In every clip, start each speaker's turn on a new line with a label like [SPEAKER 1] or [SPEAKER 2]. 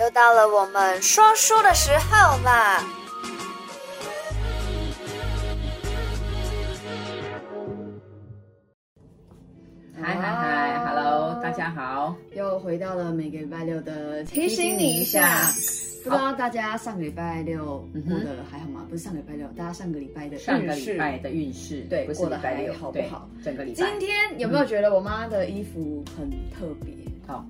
[SPEAKER 1] 又到了我们说书的时候啦！
[SPEAKER 2] 嗨嗨嗨，Hello，大家好。
[SPEAKER 3] 又回到了每个礼拜六的
[SPEAKER 2] 提醒你一下
[SPEAKER 3] 不知道大家上个礼拜六
[SPEAKER 2] 嗯哼
[SPEAKER 3] 过得还好吗？不是上个礼拜六，大家上个礼拜的
[SPEAKER 2] 上个
[SPEAKER 3] 日式
[SPEAKER 2] 礼拜的运势，
[SPEAKER 3] 对
[SPEAKER 2] 不是
[SPEAKER 3] 过得
[SPEAKER 2] 礼拜六，
[SPEAKER 3] 还好不好
[SPEAKER 2] 对？整个礼
[SPEAKER 3] 今
[SPEAKER 2] 拜，
[SPEAKER 3] 天有没有觉得我妈的衣服很特别？
[SPEAKER 2] 哦，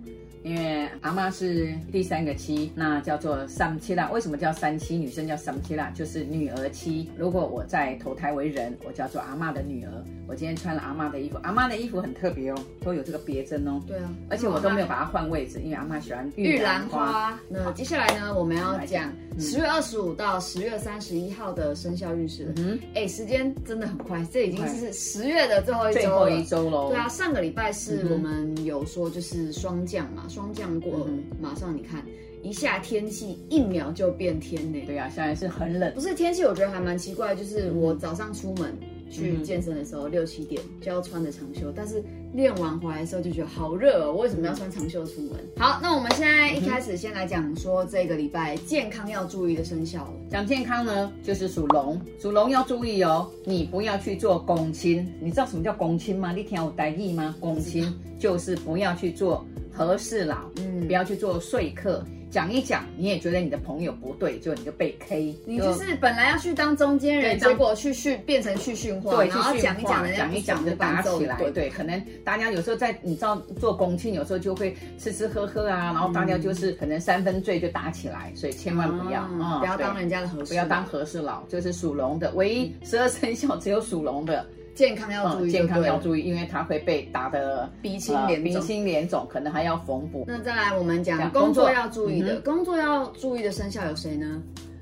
[SPEAKER 2] 因为阿妈是第三个七，那叫做三七啦。为什么叫三七？女生叫三七啦，就是女儿七。如果我再投胎为人，我叫做阿妈的女儿。我今天穿了阿妈的衣服，阿妈的衣服很特别哦，都有这个别针哦，
[SPEAKER 3] 对啊，
[SPEAKER 2] 而且我都没有把它换位置，因为阿妈喜欢
[SPEAKER 3] 玉
[SPEAKER 2] 兰
[SPEAKER 3] 兰花。那接下来呢，我们要讲
[SPEAKER 2] 嗯
[SPEAKER 3] 十月二十五到十月三十一号的生肖运势了。
[SPEAKER 2] 嗯
[SPEAKER 3] 哎、时间真的很快，这已经
[SPEAKER 2] 快
[SPEAKER 3] 是十月的最后
[SPEAKER 2] 哼，
[SPEAKER 3] 一
[SPEAKER 2] 最
[SPEAKER 3] 周
[SPEAKER 2] 后
[SPEAKER 3] 了。
[SPEAKER 2] 一周喽。
[SPEAKER 3] 对啊，，上个礼拜是
[SPEAKER 2] 嗯哼
[SPEAKER 3] 我们有说就是霜降嘛，霜降过了，
[SPEAKER 2] 嗯
[SPEAKER 3] 马上你看一下天气一秒就变天呢、
[SPEAKER 2] 对啊，现在是很冷
[SPEAKER 3] 不。是天气，我觉得还蛮奇怪，就是我早上出门去健身的时候六七点就要穿着长袖，但是练完回来的时候就觉得好热哦，我为什么要穿长袖出门？好，那我们现在一开始先来讲说这个礼拜健康要注意的生肖了。
[SPEAKER 2] 讲健康呢，就是属龙，属龙要注意哦，你不要去做公亲。你知道什么叫公亲吗？你听我代意
[SPEAKER 3] 嗯
[SPEAKER 2] 吗？公亲就是不要去做和事佬，
[SPEAKER 3] 嗯
[SPEAKER 2] 不，要去做说客。讲一讲，你也觉得你的朋友不对，就你就被 K，
[SPEAKER 3] 你就是本来要去当中间人，
[SPEAKER 2] 对当
[SPEAKER 3] 结果去训变成去训话，
[SPEAKER 2] 对，
[SPEAKER 3] 然后
[SPEAKER 2] 去训
[SPEAKER 3] 讲一
[SPEAKER 2] 话
[SPEAKER 3] 讲，人家
[SPEAKER 2] 讲
[SPEAKER 3] 不
[SPEAKER 2] 一讲
[SPEAKER 3] 爽
[SPEAKER 2] 就
[SPEAKER 3] 就把
[SPEAKER 2] 打
[SPEAKER 3] 你揍
[SPEAKER 2] 起
[SPEAKER 3] 一
[SPEAKER 2] 来。
[SPEAKER 3] 顿
[SPEAKER 2] 对，可能大家有时候在你知道做公亲，有时候就会吃吃喝喝啊，然后大家就是可能三分醉就打起来，所以千万不要
[SPEAKER 3] 嗯啊
[SPEAKER 2] 啊，
[SPEAKER 3] 嗯不要
[SPEAKER 2] 对
[SPEAKER 3] 当人家的和事佬，
[SPEAKER 2] 不要当和事佬，就是属龙的，唯一十二生肖只有属龙的。
[SPEAKER 3] 健康要注
[SPEAKER 2] 嗯，
[SPEAKER 3] 意，
[SPEAKER 2] 健康要
[SPEAKER 3] 意，
[SPEAKER 2] 注意，因为它会被打得
[SPEAKER 3] 鼻青脸嗯
[SPEAKER 2] 呃鼻
[SPEAKER 3] 肿。
[SPEAKER 2] 青脸肿，可能还要缝补。
[SPEAKER 3] 那再来我们讲
[SPEAKER 2] 讲
[SPEAKER 3] 工
[SPEAKER 2] 工作嗯
[SPEAKER 3] 作要注意的，工作要注意的生肖有谁呢？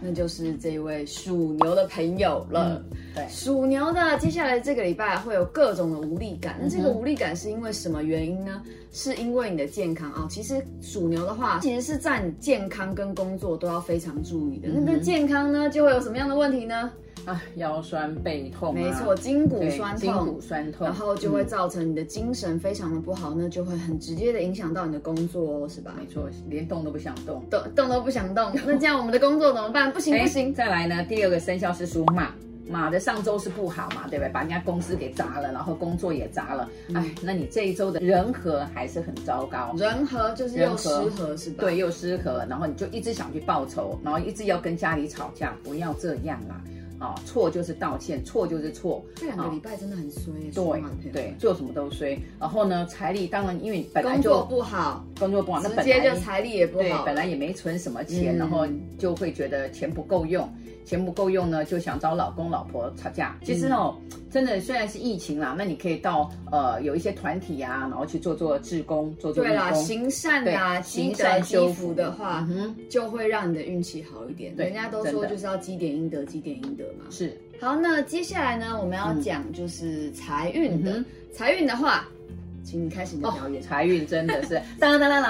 [SPEAKER 3] 那就是这位属牛的朋友了。
[SPEAKER 2] 嗯对
[SPEAKER 3] 属牛的接下来这个礼拜会有各种的无力感。那这
[SPEAKER 2] 嗯
[SPEAKER 3] 个无力感是因为什么原因呢？是因为你的健康啊、其实属牛的话，其实是在你健康跟工作都要非常注意的。
[SPEAKER 2] 嗯
[SPEAKER 3] 那个健康呢，就会有什么样的问题呢？
[SPEAKER 2] 啊，腰酸背痛、啊，
[SPEAKER 3] 没错，筋骨
[SPEAKER 2] 对，
[SPEAKER 3] 酸
[SPEAKER 2] 筋
[SPEAKER 3] 痛
[SPEAKER 2] 骨。酸痛，
[SPEAKER 3] 然后就会
[SPEAKER 2] 嗯、
[SPEAKER 3] 造成你的精神非常的不好，那就会很直接的影响到你的工作、哦，是吧？
[SPEAKER 2] 没错，连动都不想动。
[SPEAKER 3] 动动都不想 动，那这样我们的工作怎么办？不行不行，
[SPEAKER 2] 再来呢，第二个生肖是属马。马的上周是不好嘛，对不对？把人家公司给砸了，然后工作也砸了，哎，
[SPEAKER 3] 嗯
[SPEAKER 2] 那你这一周的人和还是很糟糕，
[SPEAKER 3] 人和就是又失和是吧？
[SPEAKER 2] 对，又失和，然后你就一直想去报仇，然后一直要跟家里吵架，不要这样啦，啊，错就是道歉，错就是错，
[SPEAKER 3] 这两个礼拜真的很衰耶，说嘛
[SPEAKER 2] 对对，，做什么都衰。然后呢，财力当然因为你本来
[SPEAKER 3] 朋友工
[SPEAKER 2] 就
[SPEAKER 3] 作不好，
[SPEAKER 2] 工作不好，那
[SPEAKER 3] 直
[SPEAKER 2] 本
[SPEAKER 3] 接
[SPEAKER 2] 来
[SPEAKER 3] 就财力也不
[SPEAKER 2] 对
[SPEAKER 3] 好，
[SPEAKER 2] 本来也没存什么钱，
[SPEAKER 3] 嗯
[SPEAKER 2] 然后就会觉得钱不够用，钱不够用呢，就想找老公老婆吵架。其
[SPEAKER 3] 嗯
[SPEAKER 2] 实哦，真的虽然是疫情啦，那你可以到呃有一些团体啊，然后去做做志工，做做义
[SPEAKER 3] 对啦，啊
[SPEAKER 2] 工。
[SPEAKER 3] 行善的啊，
[SPEAKER 2] 对行
[SPEAKER 3] 积德
[SPEAKER 2] 善
[SPEAKER 3] 积
[SPEAKER 2] 修
[SPEAKER 3] 福
[SPEAKER 2] 福
[SPEAKER 3] 的话
[SPEAKER 2] 嗯，哼，
[SPEAKER 3] 就会让你的运气好一点。
[SPEAKER 2] 对
[SPEAKER 3] 人家都说
[SPEAKER 2] 真的
[SPEAKER 3] 就是要积点阴德，积点阴德嘛。
[SPEAKER 2] 是，
[SPEAKER 3] 好，那接下来呢，我们要讲就是财运的
[SPEAKER 2] 嗯，哦
[SPEAKER 3] 财运的话，请你开始你的表演。
[SPEAKER 2] 财运真的是 当当当当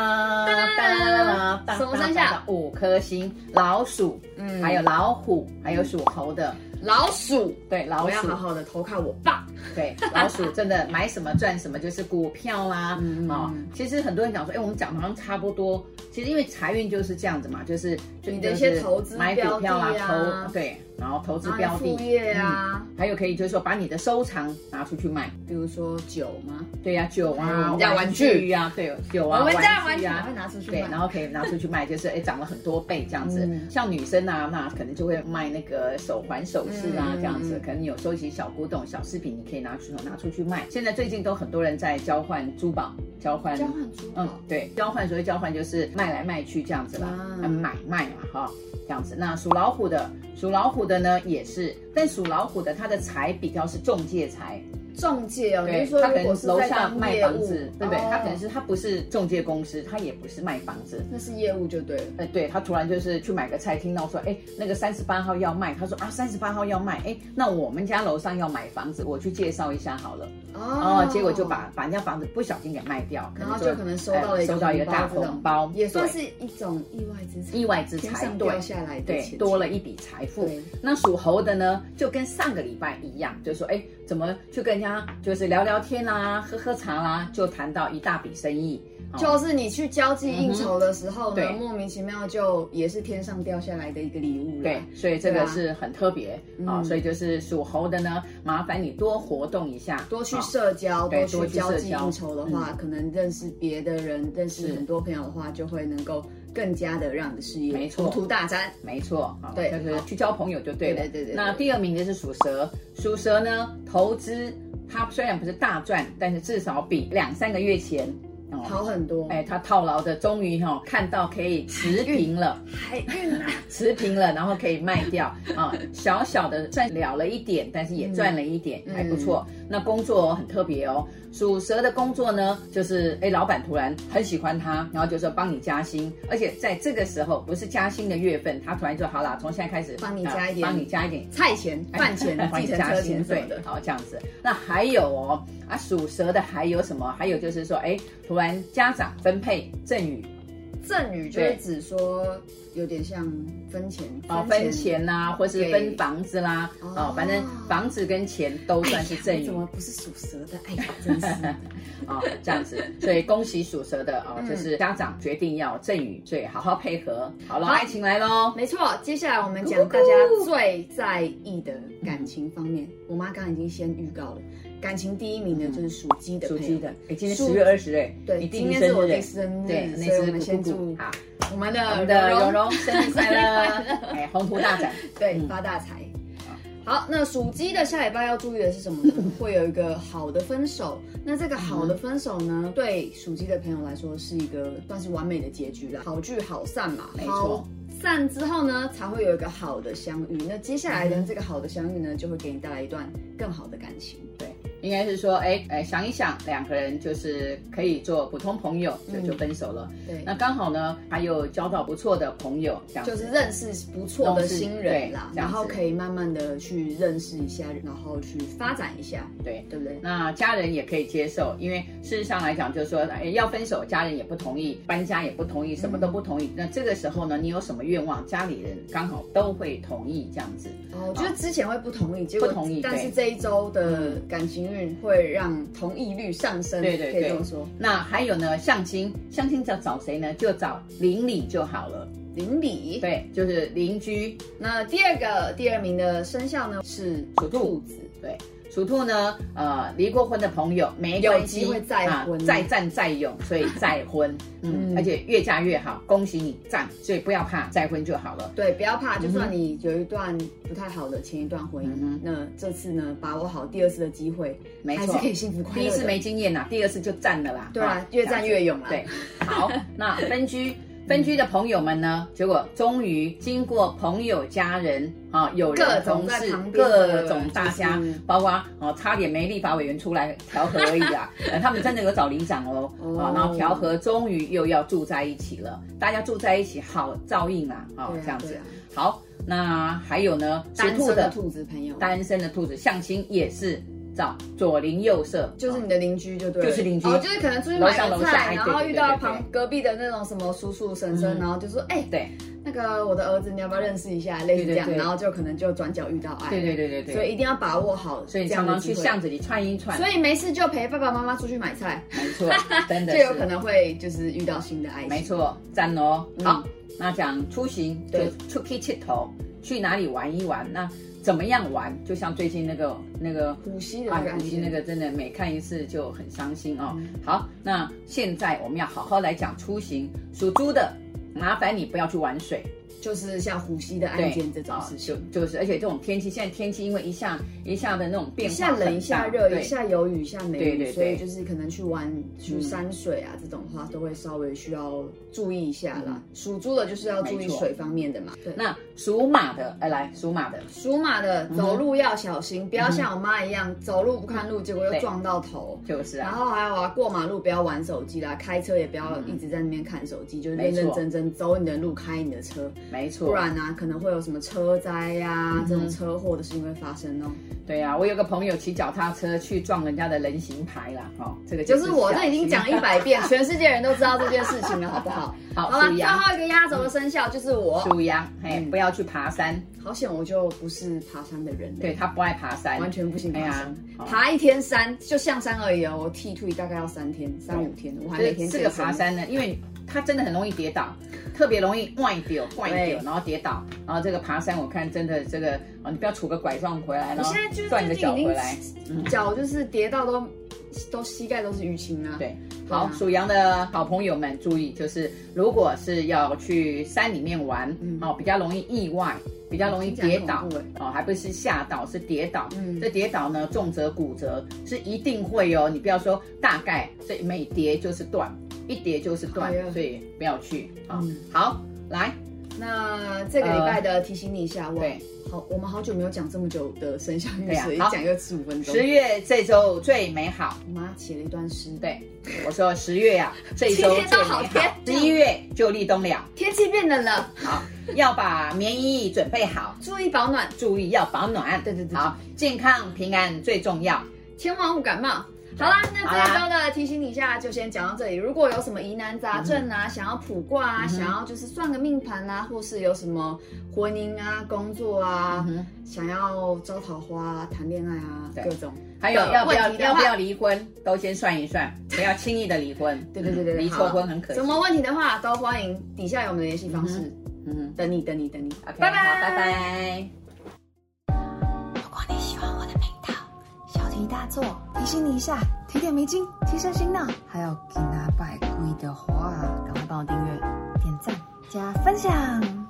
[SPEAKER 2] 当当当，
[SPEAKER 3] 什么生肖
[SPEAKER 2] 当？五颗星，老鼠，
[SPEAKER 3] 嗯
[SPEAKER 2] 还有老虎，还有属猴的，
[SPEAKER 3] 老鼠，
[SPEAKER 2] 对，老
[SPEAKER 3] 嗯我要
[SPEAKER 2] 鼠
[SPEAKER 3] 好，好的投靠我爸。
[SPEAKER 2] 对，老鼠真的买什么赚什么，就是股票啦、
[SPEAKER 3] 嗯
[SPEAKER 2] 哦，其实很多人讲说，哎、我们讲的好像差不多。其实因为财运就是这样子嘛，就是就
[SPEAKER 3] 你的
[SPEAKER 2] 就
[SPEAKER 3] 一些
[SPEAKER 2] 是
[SPEAKER 3] 投资
[SPEAKER 2] 买股票啦
[SPEAKER 3] 标的，啊
[SPEAKER 2] 投对，然后投资
[SPEAKER 3] 然
[SPEAKER 2] 标
[SPEAKER 3] 后
[SPEAKER 2] 的
[SPEAKER 3] 你的副业啊
[SPEAKER 2] 嗯还有可以就是说把你的收藏拿出去卖，
[SPEAKER 3] 比如说酒吗？
[SPEAKER 2] 对呀、酒
[SPEAKER 3] 还有我
[SPEAKER 2] 啊，
[SPEAKER 3] 们家嗯玩具
[SPEAKER 2] 具啊，对，酒啊，
[SPEAKER 3] 我们家玩
[SPEAKER 2] 玩
[SPEAKER 3] 具
[SPEAKER 2] 具
[SPEAKER 3] 然
[SPEAKER 2] 啊
[SPEAKER 3] 后。拿出去
[SPEAKER 2] 对，
[SPEAKER 3] 卖
[SPEAKER 2] 然后可以拿出去卖，就是哎涨了很多倍这样子。
[SPEAKER 3] 嗯
[SPEAKER 2] 像女生啊，那可能就会卖那个手环、首饰啊
[SPEAKER 3] 嗯
[SPEAKER 2] 这样子
[SPEAKER 3] 嗯。
[SPEAKER 2] 可能有收集小古董、小饰品，你可以拿出拿出去卖。现在最近都很多人在交换珠宝，交换。
[SPEAKER 3] 交换珠宝
[SPEAKER 2] 嗯，，对，交换所谓交换就是卖来卖去这样子啦，
[SPEAKER 3] 啊
[SPEAKER 2] 嗯买卖嘛哈，这样子。那属老虎的，属老虎的呢也是，但属老虎的它的财比较是中介财，
[SPEAKER 3] 中介哦，你
[SPEAKER 2] 对
[SPEAKER 3] 是说
[SPEAKER 2] 他可
[SPEAKER 3] 如果
[SPEAKER 2] 能
[SPEAKER 3] 是
[SPEAKER 2] 楼
[SPEAKER 3] 在
[SPEAKER 2] 下
[SPEAKER 3] 当
[SPEAKER 2] 卖
[SPEAKER 3] 业
[SPEAKER 2] 房
[SPEAKER 3] 务，
[SPEAKER 2] 子，对不对？
[SPEAKER 3] 哦
[SPEAKER 2] 他可能是他不是中介公司，他也不是卖房子，
[SPEAKER 3] 那是业务就对了，
[SPEAKER 2] 呃，对他突然就是去买个菜，听到说，哎，那个三十八号要卖，他说啊，三十八号要卖，哎，那我们家楼上要买房子，我去介绍一下好了。哦，结果就把把人家房子不小心给卖掉，
[SPEAKER 3] 然后就可能收到了
[SPEAKER 2] 哎
[SPEAKER 3] 一个
[SPEAKER 2] 收到一个大
[SPEAKER 3] 红包这种
[SPEAKER 2] 红包，
[SPEAKER 3] 也算
[SPEAKER 2] 对
[SPEAKER 3] 是一种意外之财，
[SPEAKER 2] 意外之
[SPEAKER 3] 天
[SPEAKER 2] 财，
[SPEAKER 3] 上掉
[SPEAKER 2] 对。
[SPEAKER 3] 下来的
[SPEAKER 2] 对
[SPEAKER 3] 钱，
[SPEAKER 2] 多了一笔财富
[SPEAKER 3] 对。
[SPEAKER 2] 那属猴的呢，就跟上个礼拜一样，就说哎，啊怎么去跟人家就是聊聊天啦、喝喝茶啦，就谈到一大笔生意。
[SPEAKER 3] 就是你去交际应酬的时候
[SPEAKER 2] 哦嗯
[SPEAKER 3] 呢，
[SPEAKER 2] 哼对
[SPEAKER 3] 莫名其妙就也是天上掉下来的一个礼物了。
[SPEAKER 2] 对，所以这
[SPEAKER 3] 对
[SPEAKER 2] 个
[SPEAKER 3] 啊
[SPEAKER 2] 是很特别
[SPEAKER 3] 嗯
[SPEAKER 2] 啊、所以就是属猴的呢，麻烦你多活动一下，
[SPEAKER 3] 多去
[SPEAKER 2] 啊
[SPEAKER 3] 社交，
[SPEAKER 2] 对
[SPEAKER 3] 多去交
[SPEAKER 2] 多去
[SPEAKER 3] 际
[SPEAKER 2] 社交嗯
[SPEAKER 3] 应酬的话，可能认识别的人，认识
[SPEAKER 2] 是
[SPEAKER 3] 很多朋友的话，就会能够更加的让你的事业
[SPEAKER 2] 没错
[SPEAKER 3] 宏图大展。
[SPEAKER 2] 没错，啊，
[SPEAKER 3] 对
[SPEAKER 2] 就是
[SPEAKER 3] 好
[SPEAKER 2] 去交朋友就对了。
[SPEAKER 3] 对对对对对
[SPEAKER 2] 那第二名的是属蛇，属蛇呢，投资它虽然不是大赚，但是至少比两三个月前哦，
[SPEAKER 3] 好很多，
[SPEAKER 2] 哎，他套牢的终于哈、哦、看到可以持平了，
[SPEAKER 1] 海运啊，
[SPEAKER 2] 持平了，然后可以卖掉 啊、小小的赚了了一点，但是也赚了一点，
[SPEAKER 3] 嗯
[SPEAKER 2] 还不错。那工作、哦、很特别哦，属蛇的工作呢，就是哎，老板突然很喜欢他，然后就说帮你加薪，而且在这个时候不是加薪的月份，他突然就好啦，从现在开始
[SPEAKER 3] 帮你
[SPEAKER 2] 啊
[SPEAKER 3] 加一点
[SPEAKER 2] 帮你加一 点。
[SPEAKER 3] 菜钱、
[SPEAKER 2] 、
[SPEAKER 3] 饭钱
[SPEAKER 2] 帮
[SPEAKER 3] 计
[SPEAKER 2] 你
[SPEAKER 3] 程
[SPEAKER 2] 哎加
[SPEAKER 3] 车
[SPEAKER 2] 薪
[SPEAKER 3] 钱什
[SPEAKER 2] 对
[SPEAKER 3] 么，的，
[SPEAKER 2] 好这样子。那还有哦，啊，属蛇的还有什么？还有就是说，哎，突然家长分配赠与
[SPEAKER 3] 赠与就是
[SPEAKER 2] 对
[SPEAKER 3] 指说有点像分钱
[SPEAKER 2] 哦，分钱啦、或是
[SPEAKER 3] 给
[SPEAKER 2] 分房子啦，
[SPEAKER 3] 哦
[SPEAKER 2] 哦，反正房子跟钱都
[SPEAKER 3] 哎呀
[SPEAKER 2] 算是赠与
[SPEAKER 3] 我怎么不是属蛇的？哎呀，真是 的
[SPEAKER 2] 哦，这样子。所以恭喜属蛇的哦，
[SPEAKER 3] 嗯
[SPEAKER 2] 就是家长决定要赠与，所以好好配合。好了，
[SPEAKER 3] 好
[SPEAKER 2] 爱情来喽。
[SPEAKER 3] 没错，接下来我们讲大家最在意的感情方面。我妈刚刚已经先预告了，感情第一名呢就是属鸡的
[SPEAKER 2] 属
[SPEAKER 3] 朋友。
[SPEAKER 2] 鸡的，哎，今天
[SPEAKER 3] 属
[SPEAKER 2] 十月二十哎，
[SPEAKER 3] 对，
[SPEAKER 2] 你弟
[SPEAKER 3] 今
[SPEAKER 2] 弟
[SPEAKER 3] 天
[SPEAKER 2] 生
[SPEAKER 3] 是我
[SPEAKER 2] 日
[SPEAKER 3] 的
[SPEAKER 2] 哎，
[SPEAKER 3] 生
[SPEAKER 2] 对，
[SPEAKER 3] 日，
[SPEAKER 2] 那
[SPEAKER 3] 所以我
[SPEAKER 2] 只
[SPEAKER 3] 们
[SPEAKER 2] 姑
[SPEAKER 3] 先
[SPEAKER 2] 姑
[SPEAKER 3] 祝
[SPEAKER 2] 好，
[SPEAKER 3] 我们
[SPEAKER 2] 我
[SPEAKER 3] 的
[SPEAKER 2] 们的
[SPEAKER 3] 柔
[SPEAKER 2] 蓉
[SPEAKER 3] 柔
[SPEAKER 2] 蓉生日快
[SPEAKER 3] 生日快
[SPEAKER 2] 乐
[SPEAKER 3] 乐，
[SPEAKER 2] 哎，宏图大展。
[SPEAKER 3] 对
[SPEAKER 2] 嗯
[SPEAKER 3] 发大财。好，那属鸡的下礼拜要注意的是什么 呢？会有一个好的分手。那这个好
[SPEAKER 2] 嗯
[SPEAKER 3] 的分手呢，对属鸡的朋友来说是一个算是完美的结局了，好聚好散嘛。
[SPEAKER 2] 没错
[SPEAKER 3] 好散之后呢，才会有一个好的相遇。那接下
[SPEAKER 2] 嗯
[SPEAKER 3] 来的这个好的相遇呢，就会给你带来一段更好的感情。
[SPEAKER 2] 对，应该是说，哎哎，想一想，两个人就是可以做普通朋友，就
[SPEAKER 3] 嗯
[SPEAKER 2] 就分手了。
[SPEAKER 3] 对，
[SPEAKER 2] 那刚好呢，还有交到不错的朋友，这样子
[SPEAKER 3] 就是认识不错的新人啦，
[SPEAKER 2] 对这样子
[SPEAKER 3] 然后可以慢慢的去认识一下，然后去发展一下，
[SPEAKER 2] 对。
[SPEAKER 3] 对不对？
[SPEAKER 2] 那家人也可以接受，因为事实上来讲，就是说，哎，要分手，家人也不同意，搬家也不同意，什么都不同意。那这个时候呢，你有什么愿望，家里人刚好都会同意，这样子。
[SPEAKER 3] 哦，就是之前会不同意，结果
[SPEAKER 2] 不同意
[SPEAKER 3] 但是
[SPEAKER 2] 对
[SPEAKER 3] 这一周的感情运会让同意率上升，
[SPEAKER 2] 对对
[SPEAKER 3] 可以
[SPEAKER 2] 对
[SPEAKER 3] 这么说。
[SPEAKER 2] 那还有呢，相亲，相亲要找谁呢？就找邻里就好了。
[SPEAKER 3] 邻里，
[SPEAKER 2] 对，就是邻居。
[SPEAKER 3] 那第二个第二名的生肖呢是
[SPEAKER 2] 属兔
[SPEAKER 3] 兔子，
[SPEAKER 2] 对，属兔呢，呃，离过婚的朋友没关系，
[SPEAKER 3] 有机会再婚
[SPEAKER 2] 啊再战再勇，所以再婚，嗯，
[SPEAKER 3] 嗯
[SPEAKER 2] 而且越嫁越好，恭喜你赞，所以不要怕，再婚就好了。
[SPEAKER 3] 对，不要怕，就
[SPEAKER 2] 嗯
[SPEAKER 3] 算你有一段不太好的前一段婚姻，
[SPEAKER 2] 嗯哼
[SPEAKER 3] 那这次呢，把握好第二次的机会，
[SPEAKER 2] 没
[SPEAKER 3] 还是
[SPEAKER 2] 错
[SPEAKER 3] 可以幸福快乐的。
[SPEAKER 2] 第一次没经验啊呐，第二次就占了啦。
[SPEAKER 3] 对啊
[SPEAKER 2] 哈，
[SPEAKER 3] 越嗯战越勇啊。
[SPEAKER 2] 对，好，那分居。分居的朋友们呢？结果终于经过朋友、家人啊、友人
[SPEAKER 3] 各、种
[SPEAKER 2] 同
[SPEAKER 3] 在
[SPEAKER 2] 事、
[SPEAKER 3] 旁边
[SPEAKER 2] 各
[SPEAKER 3] 的嗯
[SPEAKER 2] 种大家
[SPEAKER 3] 就是，
[SPEAKER 2] 包括哦，差点没立法委员出来调和而已 啊。呃他们真的有找里长哦，
[SPEAKER 3] 哦
[SPEAKER 2] 啊，然后调和，终于又要住在一起了。大家住在一起好照应啊，啊
[SPEAKER 3] 对啊，
[SPEAKER 2] 这样
[SPEAKER 3] 对
[SPEAKER 2] 子
[SPEAKER 3] 啊。
[SPEAKER 2] 好，那还有呢，属
[SPEAKER 3] 单
[SPEAKER 2] 兔
[SPEAKER 3] 身的
[SPEAKER 2] 的
[SPEAKER 3] 兔子朋友，
[SPEAKER 2] 单身的兔子相亲也是找左邻右舍，
[SPEAKER 3] 就是你的邻居就对了，
[SPEAKER 2] 就是邻居
[SPEAKER 3] 哦，就是可能出去买
[SPEAKER 2] 楼上
[SPEAKER 3] 个
[SPEAKER 2] 楼下哎
[SPEAKER 3] 菜，然后
[SPEAKER 2] 对对对
[SPEAKER 3] 遇到
[SPEAKER 2] 对对
[SPEAKER 3] 旁隔壁的那种什么叔叔婶婶，
[SPEAKER 2] 嗯
[SPEAKER 3] 然后就说，哎，
[SPEAKER 2] 对。
[SPEAKER 3] 那个我的儿子，你要不要认识一下？类似这样
[SPEAKER 2] 对对，对
[SPEAKER 3] 然后就可能就转角遇到爱，
[SPEAKER 2] 对对对对对，
[SPEAKER 3] 所以一定要把握好，
[SPEAKER 2] 所以你常常去巷，子里串一串，
[SPEAKER 3] 所以没事就陪爸爸妈妈出去买菜，
[SPEAKER 2] 没 错，真的
[SPEAKER 3] 就是有可，能会就是遇到新的爱
[SPEAKER 2] 没
[SPEAKER 3] 情。
[SPEAKER 2] 错，赞哦。
[SPEAKER 3] 嗯
[SPEAKER 2] 好，那讲出行就
[SPEAKER 3] 对
[SPEAKER 2] 出去切头，去哪里玩一玩，那怎么样玩？就像最近那个那个。
[SPEAKER 3] 古稀的
[SPEAKER 2] 啊
[SPEAKER 3] 那个，
[SPEAKER 2] 古
[SPEAKER 3] 感
[SPEAKER 2] 希
[SPEAKER 3] 觉，嗯
[SPEAKER 2] 那个真的每看一次就很伤心哦。好，那现在我们要好好来讲出行。属猪的，麻烦你不要去玩水，
[SPEAKER 3] 就是像呼吸的
[SPEAKER 2] 对
[SPEAKER 3] 案件这种
[SPEAKER 2] 啊
[SPEAKER 3] 事
[SPEAKER 2] 就
[SPEAKER 3] 情，
[SPEAKER 2] 就是，而且这种天气，现在天气因为一下一下的那种
[SPEAKER 3] 一
[SPEAKER 2] 变化
[SPEAKER 3] 下
[SPEAKER 2] 很大，
[SPEAKER 3] 冷一下热，
[SPEAKER 2] 对
[SPEAKER 3] 一下有雨一下没
[SPEAKER 2] 对对
[SPEAKER 3] 雨，
[SPEAKER 2] 对
[SPEAKER 3] 所以就是可能去玩去
[SPEAKER 2] 嗯
[SPEAKER 3] 山水啊这种话都会稍微需要注意一下啦。
[SPEAKER 2] 嗯
[SPEAKER 3] 属猪的就是要注
[SPEAKER 2] 没
[SPEAKER 3] 意
[SPEAKER 2] 错
[SPEAKER 3] 水方面的嘛。对，
[SPEAKER 2] 那属马的，哎，来属马的，
[SPEAKER 3] 属马的
[SPEAKER 2] 哼
[SPEAKER 3] 走路要小心，不要像我妈一样走路不看路，结果又撞到头。
[SPEAKER 2] 就是
[SPEAKER 3] 然
[SPEAKER 2] 啊，
[SPEAKER 3] 后还有啊，过马路不要玩手机啦，开车也不要一直在那边看手机，就是认
[SPEAKER 2] 没
[SPEAKER 3] 认
[SPEAKER 2] 错
[SPEAKER 3] 真真走你的路，开你的车，
[SPEAKER 2] 没错，
[SPEAKER 3] 不然啊，可能会有什么车灾呀、这种车祸的事情会发生哦。
[SPEAKER 2] 嗯对呀、我有个朋友骑脚踏车去撞人家的人行牌啦，哦，这个
[SPEAKER 3] 就是我
[SPEAKER 2] 小
[SPEAKER 3] 这已经
[SPEAKER 2] 心
[SPEAKER 3] 讲一百遍，全世界人都知道这件事情了，好不好？
[SPEAKER 2] 好
[SPEAKER 3] 好了，
[SPEAKER 2] 属
[SPEAKER 3] 最
[SPEAKER 2] 羊，
[SPEAKER 3] 后一个压轴的生
[SPEAKER 2] 嗯
[SPEAKER 3] 肖就是我，
[SPEAKER 2] 属羊，嘿，
[SPEAKER 3] 嗯
[SPEAKER 2] 不要去爬山，
[SPEAKER 3] 好险我就不是爬山的人，
[SPEAKER 2] 对，他不爱爬山，
[SPEAKER 3] 嗯完全不行爬
[SPEAKER 2] 哎呀
[SPEAKER 3] 山，，
[SPEAKER 2] 好
[SPEAKER 3] 爬一天山就像山而已哦，我剃退大概要三天、三五天，我还
[SPEAKER 2] 所
[SPEAKER 3] 每
[SPEAKER 2] 以
[SPEAKER 3] 天
[SPEAKER 2] 这个
[SPEAKER 3] 健身
[SPEAKER 2] 爬山呢，因为它真的很容易跌倒，特别容易歪掉、歪掉，然后跌倒。然后这个爬山，我看真的这个啊，你不要杵个拐杖回来，然
[SPEAKER 3] 我
[SPEAKER 2] 后
[SPEAKER 3] 现在就是
[SPEAKER 2] 转你的
[SPEAKER 3] 最近
[SPEAKER 2] 脚
[SPEAKER 3] 已
[SPEAKER 2] 回来。
[SPEAKER 3] 经脚就是跌到都都膝盖都是淤青啊。
[SPEAKER 2] 对，
[SPEAKER 3] 对啊
[SPEAKER 2] 好，属羊的好朋友们注意，就是如果是要去山里面玩，哦，比较容易意外，比较容易跌倒
[SPEAKER 3] 听起来很恐，欸
[SPEAKER 2] 哦，还不是吓到，是跌倒。
[SPEAKER 3] 嗯
[SPEAKER 2] 这跌倒呢，重则骨折，是一定会哦。你不要说大概，这每跌就是断，一跌就是断
[SPEAKER 3] 哎呀，
[SPEAKER 2] 所以不要去啊、
[SPEAKER 3] 嗯
[SPEAKER 2] 好，来，
[SPEAKER 3] 那这个礼拜的提醒你一下，我
[SPEAKER 2] 呃对
[SPEAKER 3] 好，我们好久没有讲这么久的生肖运
[SPEAKER 2] 对啊
[SPEAKER 3] 势，一
[SPEAKER 2] 好
[SPEAKER 3] 讲一个十五分钟。
[SPEAKER 2] 十月这周最美好。
[SPEAKER 3] 我妈写了一段诗，
[SPEAKER 2] 对，我说十月呀、这一周
[SPEAKER 3] 今天
[SPEAKER 2] 最
[SPEAKER 3] 都
[SPEAKER 2] 美
[SPEAKER 3] 好
[SPEAKER 2] 好
[SPEAKER 3] 天，
[SPEAKER 2] 十一月就立冬了。
[SPEAKER 3] 天气变冷了，
[SPEAKER 2] 好，要把棉衣准备好，
[SPEAKER 3] 注意保暖，
[SPEAKER 2] 注意要保暖。
[SPEAKER 3] 对对对
[SPEAKER 2] 好，健康平安最重要。
[SPEAKER 3] 千万勿感冒。好啦，那
[SPEAKER 2] 嗯好
[SPEAKER 3] 这一
[SPEAKER 2] 啦
[SPEAKER 3] 周的提醒你一下就先讲到这里。如果有什么疑难杂症
[SPEAKER 2] 嗯
[SPEAKER 3] 啊，想要卜卦啊，想要就是算个命盘啦、或是有什么婚姻啊、工作啊，
[SPEAKER 2] 嗯
[SPEAKER 3] 想要招桃花、啊、谈恋爱啊，
[SPEAKER 2] 对
[SPEAKER 3] 各种。
[SPEAKER 2] 还有要不要
[SPEAKER 3] 问题的
[SPEAKER 2] 要
[SPEAKER 3] 话
[SPEAKER 2] 不要离婚，都先算一算，不要轻易的离婚。
[SPEAKER 3] 对对对对，对
[SPEAKER 2] 离
[SPEAKER 3] 好
[SPEAKER 2] 错婚很可惜
[SPEAKER 3] 什。么问题的话，都欢迎底下有我们的联系方式，
[SPEAKER 2] 嗯
[SPEAKER 3] 等你等你等你。
[SPEAKER 2] ，OK，
[SPEAKER 3] 拜拜
[SPEAKER 2] 好拜拜。
[SPEAKER 4] 如果你喜欢我的频道，小题大做，提醒你一下，提点迷津，提升心脑。还有给拿百贵的话，赶快帮我订阅、点赞、加分享。